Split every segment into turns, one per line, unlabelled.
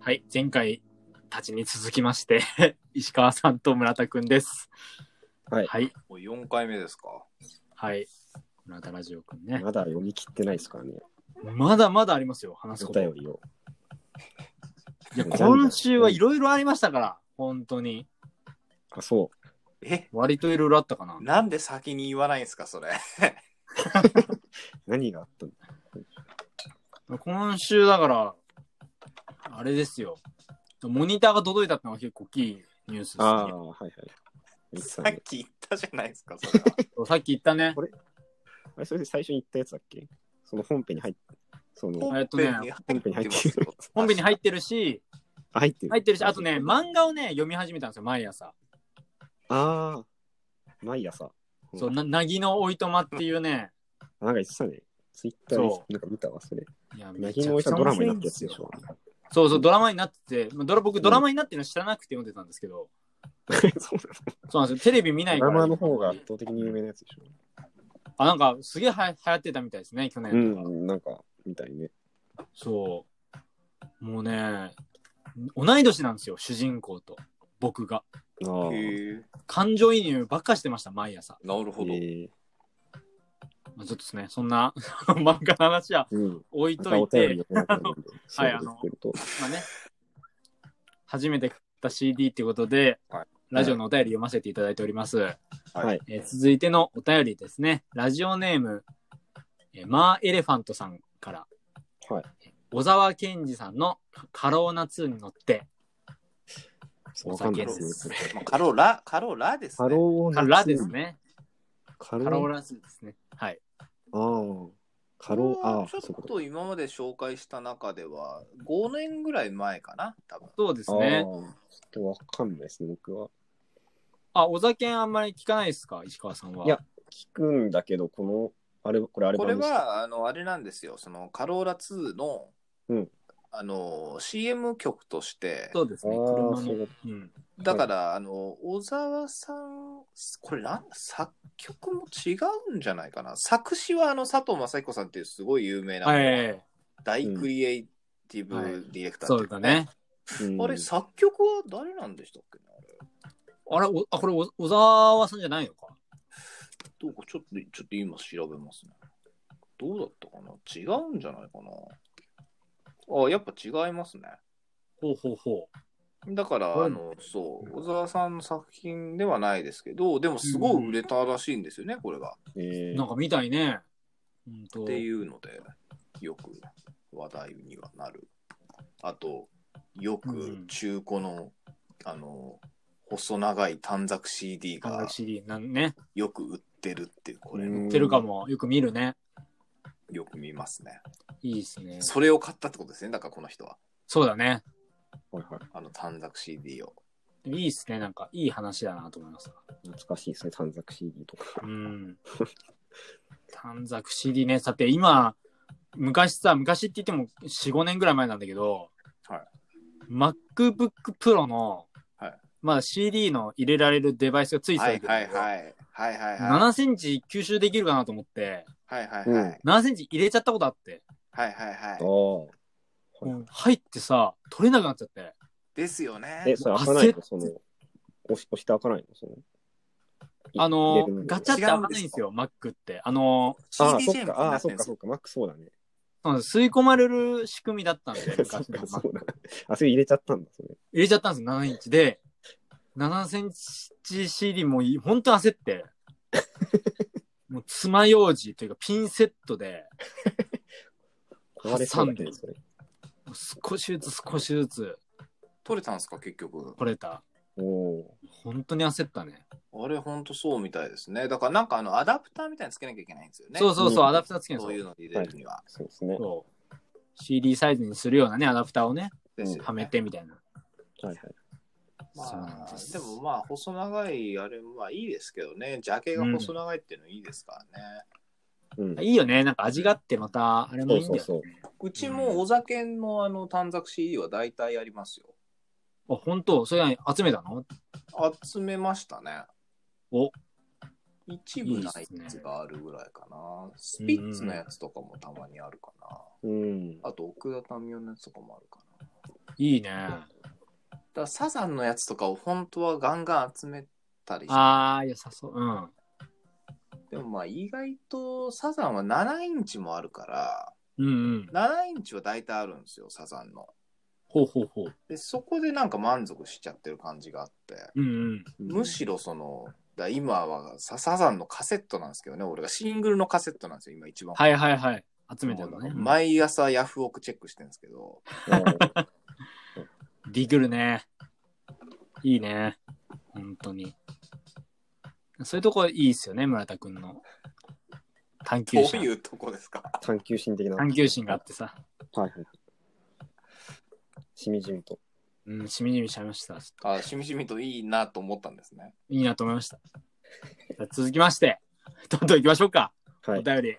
はい、前回たちに続きまして、 石川さんと村田くんです。
はい。
はい、
もう4回目ですか。
はい。村田ラジオくんね。
まだ読み切ってないですからね、
まだまだありますよ、話す
お
こと。い
便りを。
や、今週はいろいろありましたから、本当に。
あ、そ
え
割といろいろあったかな。
なんで先に言わないんですか、それ。
う。何があったの
今週だから、あれですよ。モニターが届いたってのが結構大きいニュースです
ああ、
ね。
はいはい。言って
さ
た
っ
ね
き言ったじゃないですか、それは。
さっき言ったね。
あれ、それで最初に言ったやつだっけその本編に入って、その、
えっとね
本編に入ってる。
本編に入
っ
ってるし、
あ入ってる。
入ってるし、あとね、漫画をね、読み始めたんですよ、毎朝。
ああ、毎朝。うん
そう、な、なぎのおいとまっていうね。
あなんか言ってたね。ツイッター
そ
でなんか見たわ、それ。
いや、
な
め
ぎ
ちゃ
のお
く
い
ち
さ
ゃ
んドラ
面
マ
白い
になっ
ん
た
で
やつ
す
でし
よ。
ょ。
そうそう、ドラマになってて、まあドラ僕ドラマになってるの知らなくて読んでたんですけど、
そう
そうなんですよ。テレビ見な
ないの
か
ド
ら。
ラマの方が圧倒的に有名なやつでしょ。
あ、なんか、すげえは流行ってたみたいですね、去
う
年とか。
ん、なんか、みたいね。
そう。もうね、同い年なんですよ、主人公と。僕が。
ああ、
た
え
へえ。
感情移入ばっかしてました、毎朝。
なるほど。
ー
まあ、ちょっとですね、そんな 漫画の話は
うん。
置い
ま
と
たお
い
便
て、
り読めなく なるんで、そ
は
う
い
いうこと言ってると。
まあね、初めて買った CD っていうことで、
はい
ラジオのお便り読ませていただいております。
はい。
えー続いてのお便りですね。ラジオネーム、えーマーエレファントさんから、
はい。
小沢健二さんのカローナ2に乗って、
わかんな
お酒で
いです
す
ね。
まあカロラ、カロラです
カ
ね。
ロー
カ
ナ
ラです。ね。
カ
カ
ロ
ロー
ー
ナ2ですね。はい。
あーカローあー
ちょ
そういう
っ
こと
と今まで紹介した中では、5年ぐらい前かな、多分。
そうです
あーち
ね。
ょっとわかんないですね、僕は。
あ、小沢健あんまり聞かないですか石川さんは。
いや聞くんだけど、この、あれ、これアル
こ
バ
れ
ムですか
は、あの、あれなんですよ、その、カローラ2の、
うん
あの、CM 曲として、
そうですね。
あー
車
そうい
の
うこ。
うん。
だから、あの、小沢さん、これなん、作曲も違うんじゃないかな。作詞は、あの、佐藤正彦さんっていうすごい有名な、
はい。
大クリエイティ
うんは
ブディレクター
そ
って
う
いか
だね。
うん
あれ、作曲は誰なんでしたっけね
あ
あれ
れ、おあこれお、小沢さんじゃないのか
どうか、ちょっと、ちょっと今調べますね。どうだったかな違うんじゃないかなあ、やっぱ違いますね。
ほうほうほ
だから、
うん
あの、そう、小沢さんの作品ではないですけど、でもすごい売れたらしいんですよね、これが。
え
う。
ー
なんか見たいね。うんと。
っていうので、よく話題にはなる。あと、よく中古の、あの、細長い短冊 CD
感
が
覚 CD なんね。
よく売ってるっていう、これ、
うん
売ってるかも。よく見るね。
よく見ますね。
いいですね。
それを買ったってことですね、だからこの人は。
そうだね。
はいはい。
あの短冊 CD を。
いいですね。なんか、いい話だなと思いました。
懐かしいですね、短冊 CD とか。
うん。短冊 CD ね。さて、今、昔さ、昔って言っても4、5年ぐらい前なんだけど、
はい
MacBook Pro の、
はい
まあ CD の入れられるデバイスがついてた
は
わ
い
け
はい
い。
はい。はいはいはい。
7センチ吸収できるかなと思って、
はいはいはい。
うん
はい
7センチ入れちゃったことあって、
はいはい
あ。あ。
もう入ってさ、取れなくなっちゃって。
ですよね。
え、それ開かない
焦っ
のその、押し押して開かないのその。
あ
入
の
れる
ー、ガチャって開かないんですよ、Mac って。あのー、
ああ、
CD
そっ
ジェームズに
か、あ
な
あ、
って
そ
ん
っ
で
か、
す
そ
よ
っか、マックそうだね。
そうなんです吸い込まれる仕組みだったんで、
そっ
昔の
か、
Mac
そうだ。あ、それ入れちゃったんだ、それ。
入れちゃったんですよ、7インチで。7センチ CD もいい本当に焦って。もう爪楊枝というかピンセットで、
壊れそうだ
挟ん
けど、
で
それ。
少しずつ少しずつ
取れたんですか、結局。
取れた。
おお
本当に焦ったね。
あれ、ほんとそうみたいですね。だからなんかあの、アダプターみたいにつけなきゃいけないんですよね。
そうそうそう、
うん
アダプターつけるん
そう
です
いう
よ。
のに入れるには。
ー、そうですね。は
そう。CD サイズにするようなね、アダプターをね、
ですよね
はめ。てみたいな。
いはい。
そうなん
ま
で
あ、
す
でもまあ、細長い、あれ、まあいいですけどね。ジャケが細長いっていうのいいですからね。
うん。
いいよね、なんか味があってまた、あれもいいんだよね。
そうそう
うちもお酒のあの、短冊 CD は大体ありますよ。
あ、本当それ何集めたの
集めましたね。
お
一部ないやつがあるぐらいかな。スピッツのやつとかもたまにあるかな。
うん。
あと、奥田民生のやつとかもあるかな。
いいね。
からサザンのやつとかを本当はガンガン集めたりして
ああ、良さそう。うん。
でもまあ意外とサザンは7インチもあるから
うんうん。
7インチは大体あるんですよサザンの。
ほうほうほう。
でそこでなんか満足しちゃってる感じがあって
うんうん。
むしろそのだ今はササザンのカセットなんですけどね俺がシングルのカセットなんですよ今一番。
はいはいはい。集めてるの
もうな
ね
ん。か毎朝ヤフオクチェックしてるんですけど
ディグルね。いいね。本当に。そういうとこいいっすよね、村田くんの。探
どう
求心。
いうとこですか
探求心的な。はい
探求心があってさ。
はい。しみじみと。
うん、しみじみしちゃいました。ちょっ
あしみじみといいなと思ったんですね。
といいなと思いました。じゃあ続きまして、 どんどん行きましょうか。
はい
お。便り。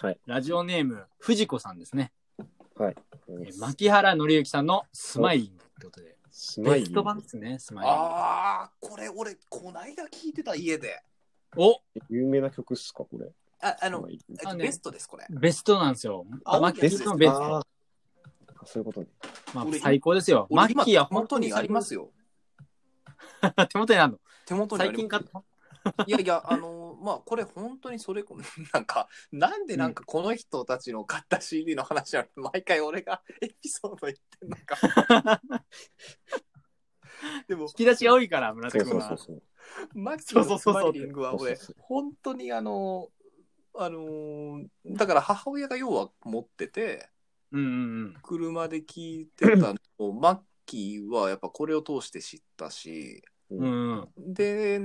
はい。
ラジオネーム、藤子さんですね。
うん
え牧原紀之さんのスマイリングってことで。
スマイ
ベ
リ
スト版
ー。
ですね、スマイリング。
ああこれ俺こないだ聞いてた家で。
お
有名な曲っすか、これ。
ああ
あ
の、
あね
ベストですこれ。
ベストなんですよ。
あ
マキ
ベ
ア
スト
ス
の
ト
ベスト。
あーそういうことね。
まあ
俺、
最高ですよ。マ
俺今
ッキーは
手
本当
元に
に。
ありますすよ。
手元にある
手元
の。
にあり
最
ます
近買った。
いやいや、あのまあ、これ本当にそれこ、 なんか、なんでなんかこの人たちの買った CD の 話は毎回俺がエピソード言ってんの か。でも
引、き出しが多いから、村
そ
田
う
君
そうそ
は
う。そう。
マキの
そう
ス
そうそう
マ
そう
イリングは俺
そうそう、
本当にあのあのだから母親が要は持ってて、
うんうんうん。
車で聞いてたの を、マッキーはやっぱこれを通して知ったし、
うんうん。
で、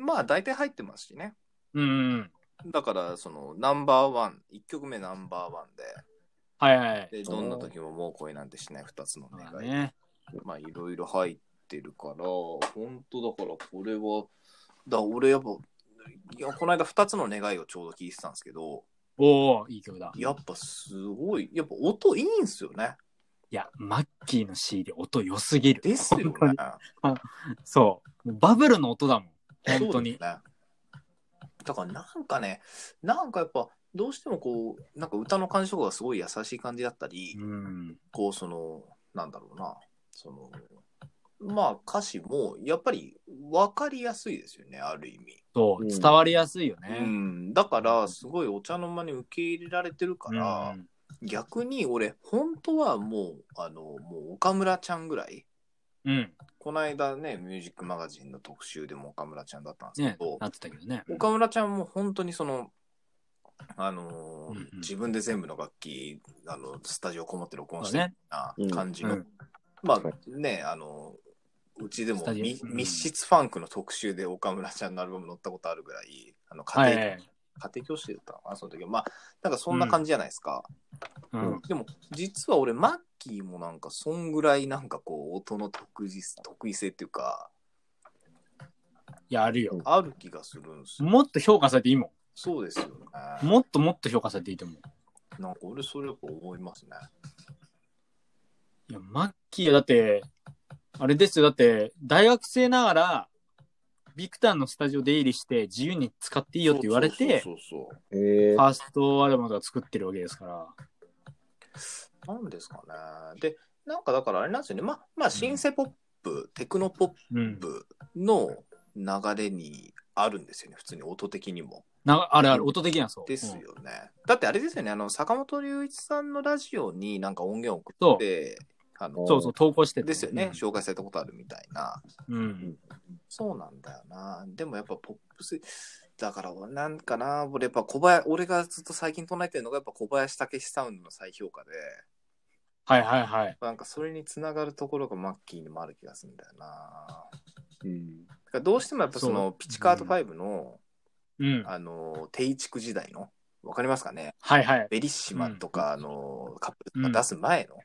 まあ大体入ってますしね。
うんうん。
だからそのナンバーワン1曲目ナンバーワンで
はいはい。
でどんな時ももう恋なんてしない2つの
まあ
願い、
ね。
まあいろいろ入ってるから本当だからこれはだ俺やっぱいやこの間2つの願いをちょうど聞いてたんですけど
おおいい曲だ。い
やっぱすごいやっぱ音いいんすよね
や、マッキーの CD 音良すぎる。
ですよね
本当にそう。もうバブルの音だもん。本当
そう
に。
だよねだからなんかねなんかやっぱどうしてもこうなんか歌の感触がすごい優しい感じだったり、
うん。
こうそのなんだろうなそのまあ歌詞もやっぱり分かりやすいですよねある意味、
そうう。
ん
伝わりやすいよ
う
ね。
ん、だからすごいお茶の間に受け入れられてるか
うん。
ら、逆に俺本当はもうあのもう岡村ちゃんぐらい
うん。
この間ね「ミュージックマガジン」の特集でも岡村ちゃんだったんですけ
ね
ど、。
なってたけどね。
岡村ちゃんも本当にその、あのー
うんうん
自分で全部の楽器、あの、スタジオこもって録音
そう
してる
ね。
な
うん
感じの、
うん
まあ
はい
ね、あのーうちで
ス
も
タジオ
密
うん
密室ファンクの特集で岡村ちゃんのアルバム載ったことあるぐらい、あの
は
家
い
庭、
はい。
家庭教師だったのかな、その時は。まあ、なんかそんな感じじゃないですか。
うん。
でも、実は俺、マッキーもなんか、そんぐらいなんかこう、音の特異特異性っていうか、
いや、あるよ。
ある気がするんですよ。
もっと評価されていいも
そうですよね。
ん。もっともっと評価されていいと思う。
なんか俺それやっぱ思いますね。
いや、マッキーはだって、あれですよ、だって、大学生ながら、ビクターのスタジオ出入りして、自由に使っていいよって言われて、フ
そうそうそう
えー
ァーストアルバムとか作ってるわけですから。
そうなんですかね。で、なんかだからあれなんですよね。まあ、まあ、シンセポップ、テクノポッ
うん。
プの流れにあるんですよね。普通に音的にも。
なあれあれ、音的にはそう。
ですよね。だってあれですよね。あの、坂本龍一さんのラジオになんか音源を送って、あ
う
の
ん。、そうそう、投稿してた
ですよね。紹介されたことあるみたいな。
うん。
そうなんだよな。でもやっぱポップス、だからなんかな、俺やっぱ小林、俺がずっと最近唱えてるのがやっぱ小林武史サウンドの再評価で、
はいはいはい。
なんかそれにつながるところがマッキーにもある気がするんだよな。
うん
だからどうしてもやっぱそ
そ
のピチカート5の、
うん。
あの、低築時代の、わかりますかね
はいはい。
ベリッシマとか、あの、カップルとか出す前の、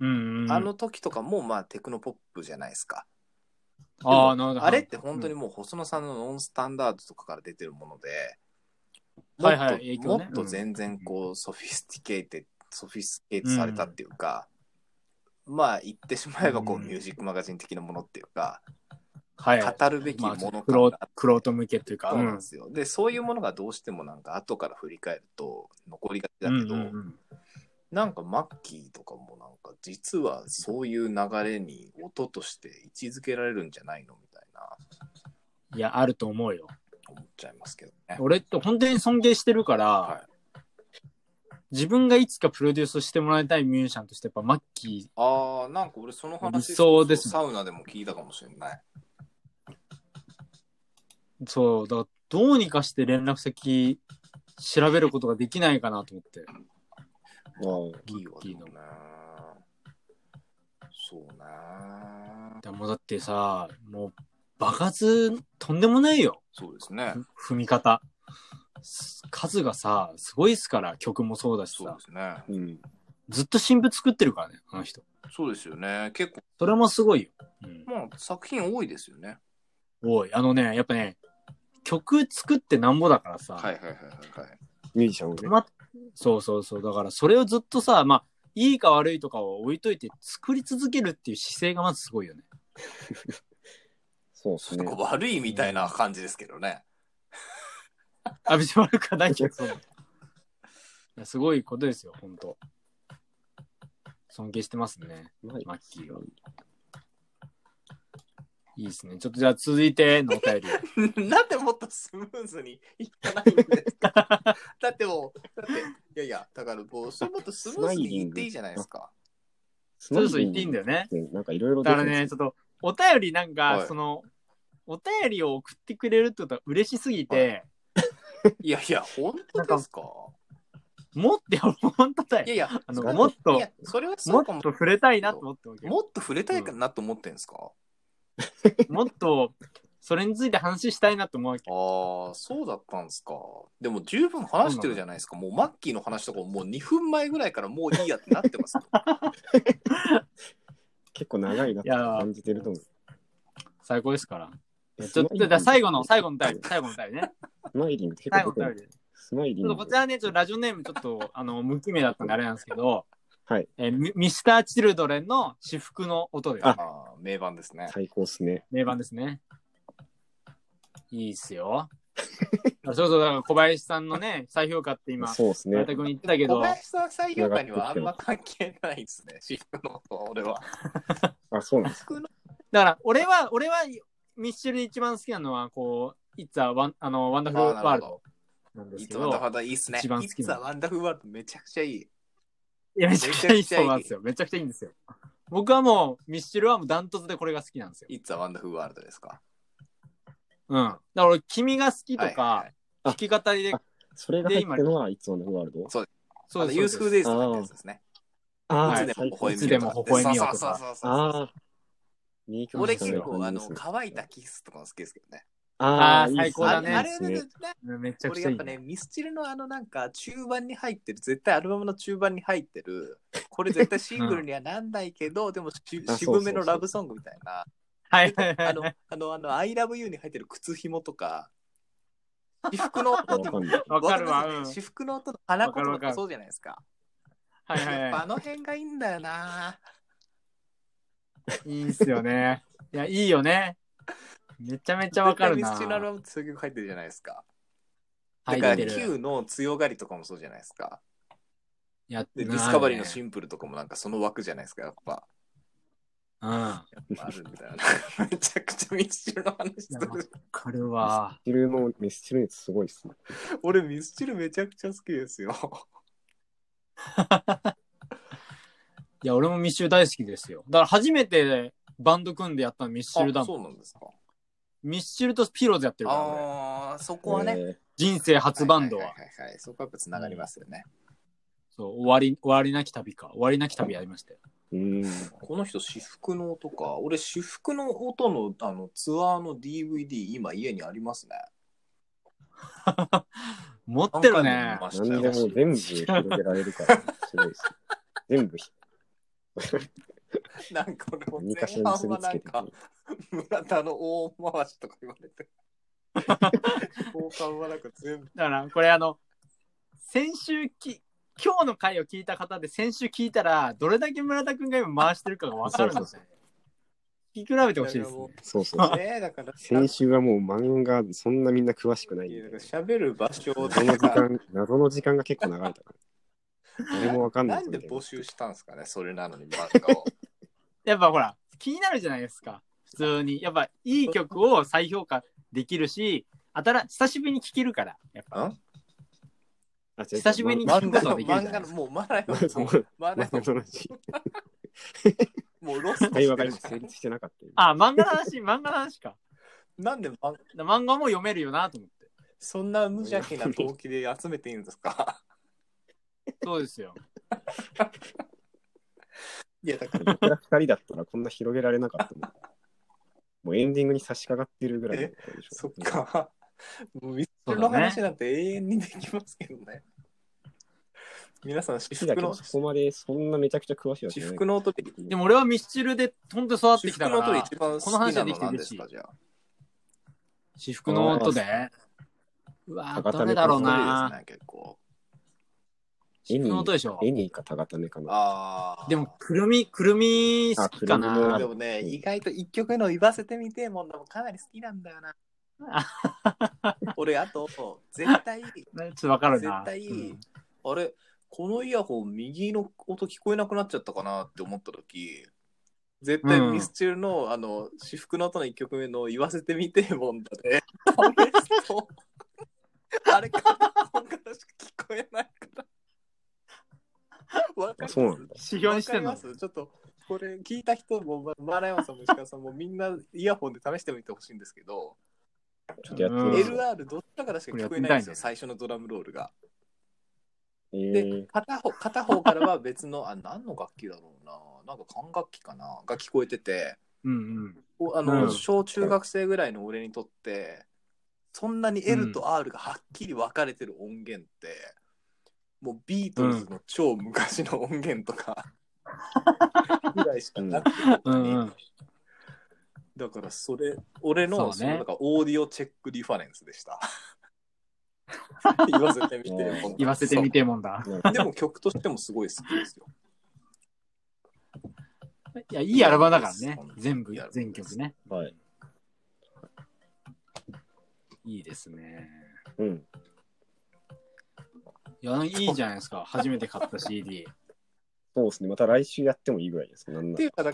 うん、うん。
あの、時とかもまあテクノポップじゃないですか。
ああ、なるほど。
あれって本当にもう細野さんのノンスタンダードとかから出てるもので、も
は
っ
い
と,、
はい影響ね
もっと全然こうソフィスティケイテ、ソフィスケートされたっていうか、まあ言ってしまえばこう、
うん
ミュージックマガジン的なものっていうか、
はい。
語るべき
ま
も
あ、
の感が
クロクロート向けというか。
そううなん
ん
で。すよ、で、そういうものがどうしてもなんか後から振り返ると残りがちだけ
う
ど、
んうんうん
なんかマッキーとかもなんか実はそういう流れに音として位置づけられるんじゃないのみたいない
や、あると思うよ。
思っちゃいますけどね。
俺って本当に尊敬してるから、
はい、
自分がいつかプロデュースしてもらいたいミュージシャンとしてやっぱマッキ
ああ、なんか俺その話
理想ですね
サウナでも聞いたかもしれない。
ー、そう、だからどうにかして連絡先調べることができないかなと思って。
あ
マッキーはでも
マッキ
ね。そうね。
でもだってさ、もう爆発とんでもないよ。
そうですね。
ふ踏み方。す数がさ、すごいっすから、曲もそうだし
そう
さ
で。すね。
あ。うん。
ずっと新聞作ってるからね、あの人。
そうですよね。結構、
それもすごいよ。うん、
まあ作品多いですよね。
おい、あのね、やっぱね、曲作ってなんぼだからさ、
はいはいはいはいはい。
ミュージシャンをね
止。まっそうそうそう、だからそれをずっとさ、まあ、いいか悪いとかを置いといて作り続けるっていう姿勢がまずすごいよね。
そうで
ち
す
ょ
ね。
っと悪いみたいな感じですけ どね。
あ、別に悪くはないけど、そんないやすごいことですよ、ほんと。尊敬してますね、
はい
マッキーは。いいですね。ちょっとじゃあ続いてのお便りを。
なんでもっとスムーズにいかないんですか だってもう、だって、いやいや、だからもう、それもっとスムーズにいっていいじゃないですか。
そ
そろそろ言っていいんだよね。
ね。なんかいろいろ
だからね、ちょっと、お便りなんか、
はい
その、お便りを送ってくれるってことは嬉しすぎて、
いやいや、本当ですか
もっと、いや本当だよ。
いやいや、
あの
それ
もっと
いや、それはそ
も
う
っ
かも。
と触れたいなと思っても
もっと触れたいかなと思ってんですか、
もっと、それについて話したいなと思うわけ。
ああ、そうだったんですか。でも十分話してるじゃないですか。もうマッキーの話とかもう2分前ぐらいからもういいやってなって ますよ。
結構長いなって感じてると思う。
最高ですから。
え
ちょっと、じゃあ最後の、最後の便り、最後の便りね。
スマイリングって
最
結
後
構
の
出
便
て
り
る。
です。
スマイリ
ち
ン
ょっ
グ。
とこちらね、ちょっとラジオネーム、ちょっと、あの、無記名だったんであれなんですけど、
はい。
えーミミスター・チルドレンの私服の音です
あ。あー、名盤ですね。
最高っすね。
名盤ですね。いいっすよ。 そうそう、だから小林さんのね、再評価って今、
そうですね
村。田君言ってたけ
小
ど、
林さん最評価にはあんま関係ないで すね。私服の音は俺は。
あ、そうなんです。
服
だ
の
から俺は、俺はミッシェルで一番好きなのは、こう、いつはワンあのワンダフル
あーな
ワー
る
ル
ほ
ドなんで
ど。い
すけ
つワンダフ
ど、
ルワールドいいっすね。
一番好
い
き
つ
な
はワンダフルワールドめちゃくちゃいい。
いや、めちゃくちゃいいそうなんですよ。めちゃくちゃいいんですよ。僕はもう、ミッシェルはもうダントツでこれが好きなんですよ。
いつはワンダフルワールドですか。
うん。だから俺、君が好きと
はいはい
か
はい、
弾き語りで
あ、それが入ってるのはいつものワールド
そう
あの
です
ユースフルデイズ
そうです
のやつですね。
あ
はいい
つで
最
も
高
い
微
つ
笑
で
み
も
を
微笑みよ
そう
と
そう
か
そうそうそう。
ああ。名曲
俺
ですね
結構あの
感じですね
乾いたキスとかも好きですけどね。
あ
あ
ー
あ、いい
最
っす
高だね
いい
あ
っ
れ
す
はね、
うんめちゃく
俺
ちゃ
や
い
っ
い
ぱ。ね、ミスチルのあのなんか中盤に入ってる、絶対アルバムの中盤に入ってる、これ絶対シングルにはなんないけど、でも し
あそうそうそう
渋めのラブソングみたいな、
はいはいは
あ
い
の
はい。、
あの、あの、I love you に入ってる靴紐とか、私服の音
わ
と
か
か、
んない。
わかる
わ
わ。
かり
うん
ます私服の音の花
わか
言
る
葉
わ
と
かる
かそうじゃないですか。
はいはい
やっぱ
は
あの辺がいいんだよな。
い。いいっすよね。いや、いいよね。めちゃめちゃわかるな。
絶対ミスチルのアルバムってそういう曲入ってるじゃないですか。だ
入
か
っ
ら
てる。
Q の強がりとかもそうじゃないですか。
やっ
で、
て
ディスカバリーの
シ
シンプルとかもなんかその枠じゃないですか、やっぱ。
ーン。うん。わ
あるんだよな。めちゃくちゃミスチルの話する。
かるわ。
ミスチルのミスチル熱すごいっすね。
俺ミスチルめちゃくちゃ好きですよ。
いや、俺もミッシュル大好きですよ。だから初めてバンド組んでやったのミッシュルだ
あ
もん。
そうなんですか。
ミッシュルとピローズやってるから俺、
ああ、そこはね。
えー
人生初バンドは。
いいいはいそこはやっぱつながりますよね。
そう、終わり、終わりなき旅か。終わりなき旅やりましたよ。
うーん。
この人、私服の音か。俺、私服の音のあのツアーの DVD、今家にありますね。
持ってるね
何回。も見ました
何で
よ
も全部広げられるから、すごいっすね。全部ひ、
なんか俺も
何かし
前
ら結
半
び
は
つ
な
け
ん
てく
か
る。
村田の大回しとか言われて。後半はなんか全部。
だから、これあの、先週き、今日の回を聞いた方で、先週聞いたら、どれだけ村田くんが今回してるかがわかるので、
そう
聞き比べてほしいですね。
そうそうそう。
ねえ、だから。
先週はもう漫画、そんなみんな詳しくないん
いやだ
で
から。喋る場所を
謎の時間、謎の時間が結構流れたから。俺もわかんな。
ないんで募
ス
集したんですかね、それなのに漫画を。
やっぱほら、気になるじゃないですか。普通に。やっぱ、いい曲を再評価できるし、あたら、久しぶりに聴けるから。やっぱ。
ん
久しぶりに
漫画
そ
の、
うできるじゃない
漫画の、もうマナ よ。もう
漫
マナよ
画。の話。
もうロスト
会
し
話
て
が
る
成立してなかったよ。
あ、漫画の話、漫画の話か。
なんで漫
漫画も読めるよなと思って。
そんな無邪気な動機で集めていいんですか
そうですよ。
いや、だから、
僕ら二人だったらこんな広げられなかったもん。もうエンディングに差し掛かってるぐらいのことでしょ
そっ。か。もう、ミス
そうだね
の話なんて永遠にできますけどね。皆さん、私
好きだ
服
け
の
ど、、そこまでそんなめちゃくちゃ詳しいわけじ
私
ゃない
服。の音で、
でも俺はミスチルで本当に育って
私
き
服
たか
の音で
ら、
一番好
この
き
話
な
は
の
できて
なん
る
です
し
か、じゃあ。
私服の音で。うわー、どれだろう
そう
な
ですね、結構。
私服の音でしょ。
エニーかタガタネかな。
ああ。
でも、、くるみ、くるみ好きか
あくるみ
な
の
でもね、意外と一曲の言わせてみてえもんでもかなり好きなんだよ な。俺、あと、絶対、
ちょっとわかるな。
絶対、
うん
あれこのイヤホン右の音聞こえなくなっちゃったかなって思った時絶対
うん
ミスチルの、あの私服の音の1曲目の「言わせてみてえもんだ ね」試すとあれから本からしか聞こえないからわかりま
あ
す
そうなんだ。
指標にしてんの
わかりますちょっとこれ聞いた人もまマラヤマさんも石川さんもみんなイヤホンで試してみてほしいんですけど、
ちょっとやってみ
うん
よう
LR どっちかからしか聞こえないんですよ
こ
最初のドラムロールが。
え
で
ー、
片方片方からは別のあ何の楽器だろうななんか管楽器かなが聞こえてて
うんうん。
おあの、
うん
小中学生ぐらいの俺にとってそんなに L と R がはっきり分かれてる音源って、もうビートルズの超昔の音源とか、 ぐらいしかなくて、
うんう
本
ん。
当にだからそれ俺のそ,、
そうね
のなんかオーディオチェックリファレンスでした言わせてみて
うん
言わせてみてえもんだ。
なん
そ
か
うでも曲としてもすごい好きですよ
いや、いいアルバムだからね
そう。
全部
いいアルバ、ムです
全曲ね。
はい。
いいですね。
うん。
いや、いいじゃないですか。初めて買った CD。
そうですね。また来週やってもいいぐらいです。なん
っ
な
て
ら
いうかだ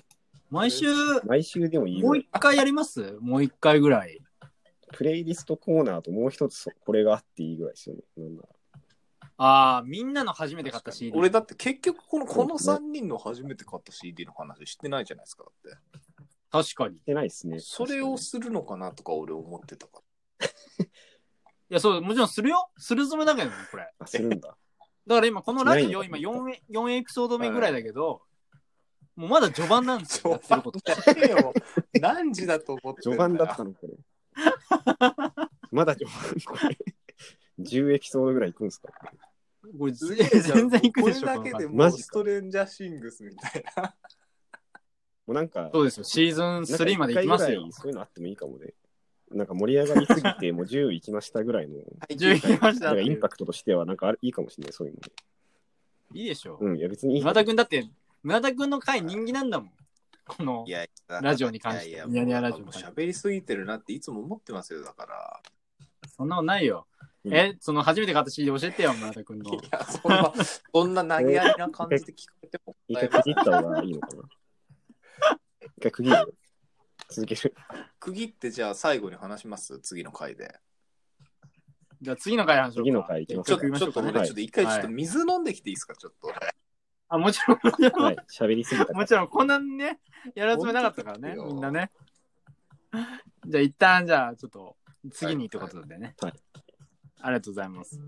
毎週、
毎週でもいいぐ
も
ら
う
い。
一回やりますもう一回ぐらい。
プレイリストコーナーともう一つそこれがあっていいぐらいですよね。なんなら。
ああ、みんなの初めて買った CD。
俺だって結局このこの
そうね
3人の初めて買った CD の話してないじゃないですかだっ
確かに。い
してないですね。
てそれをするのかなとか俺思ってたか
や、そう、もちろんするよ。するつもりだけどね、これ。
あ、するん だ。
だから今、このラジオ、
しな
今
いのか
4エ、4エピソード目ぐらいだけど、もうまだ序盤なんですよ。
ら
やってること。
序盤だよ 何時だと思ってん
序
よ
盤だったの、 これ。まだ序盤、これ。10エピソードぐらいいくんですか
これ、
すげえじゃん
全然いくでしょ。
これだけで
この感
も
マ
う
ジか
ストレンジャーシングスみたいな
もうなんか
じ、そうですよ。シーズン3までいきますよ
なんか一回ぐらい。そういうのあってもいいかもね。なんか盛り上がりすぎ て、もう10いきましたぐらいの、
10いきましたっ
なんか
て
イ
いう
ンパクトとしては、なんかあるいいかもしれない、そういうのね。
いいでしょ。
うん、いや別にいい。
村田くんだって、村田くんの回人気なんだもん。この
い、やいや
ラジオに関して
いやいや
ニヤニヤラジオ
も
に
う
関して
喋りすぎてるなっていつも思ってますよだから
そんなことないよ。
うん
え、その初めて買った CD 教えてよ、村田く んの。
いやそ んなそんな投げやりな感じで聞こえても
一回区切った方がいいのかな。一回区切る。続 ける。
区切ってじゃあ最後に話します次の 回で
じゃあ次の回話しようか
次の回行きま
ち
す
ょっ
か
行きま
と、
し
ちょ
ょ
っ
うか
と
ね
ね
俺、ちょっと一回、ち
はい
ょっと水飲んできていいですか、ちょっと。
あ、もちろん、もちろん
はい、喋りすぎたから
もちろん、こんなにね、やるつもりなかったからね、
本当
み
に
んなね。じゃあ一旦、じゃあちょっと、次にってことでね。
はい
ありがとうございます。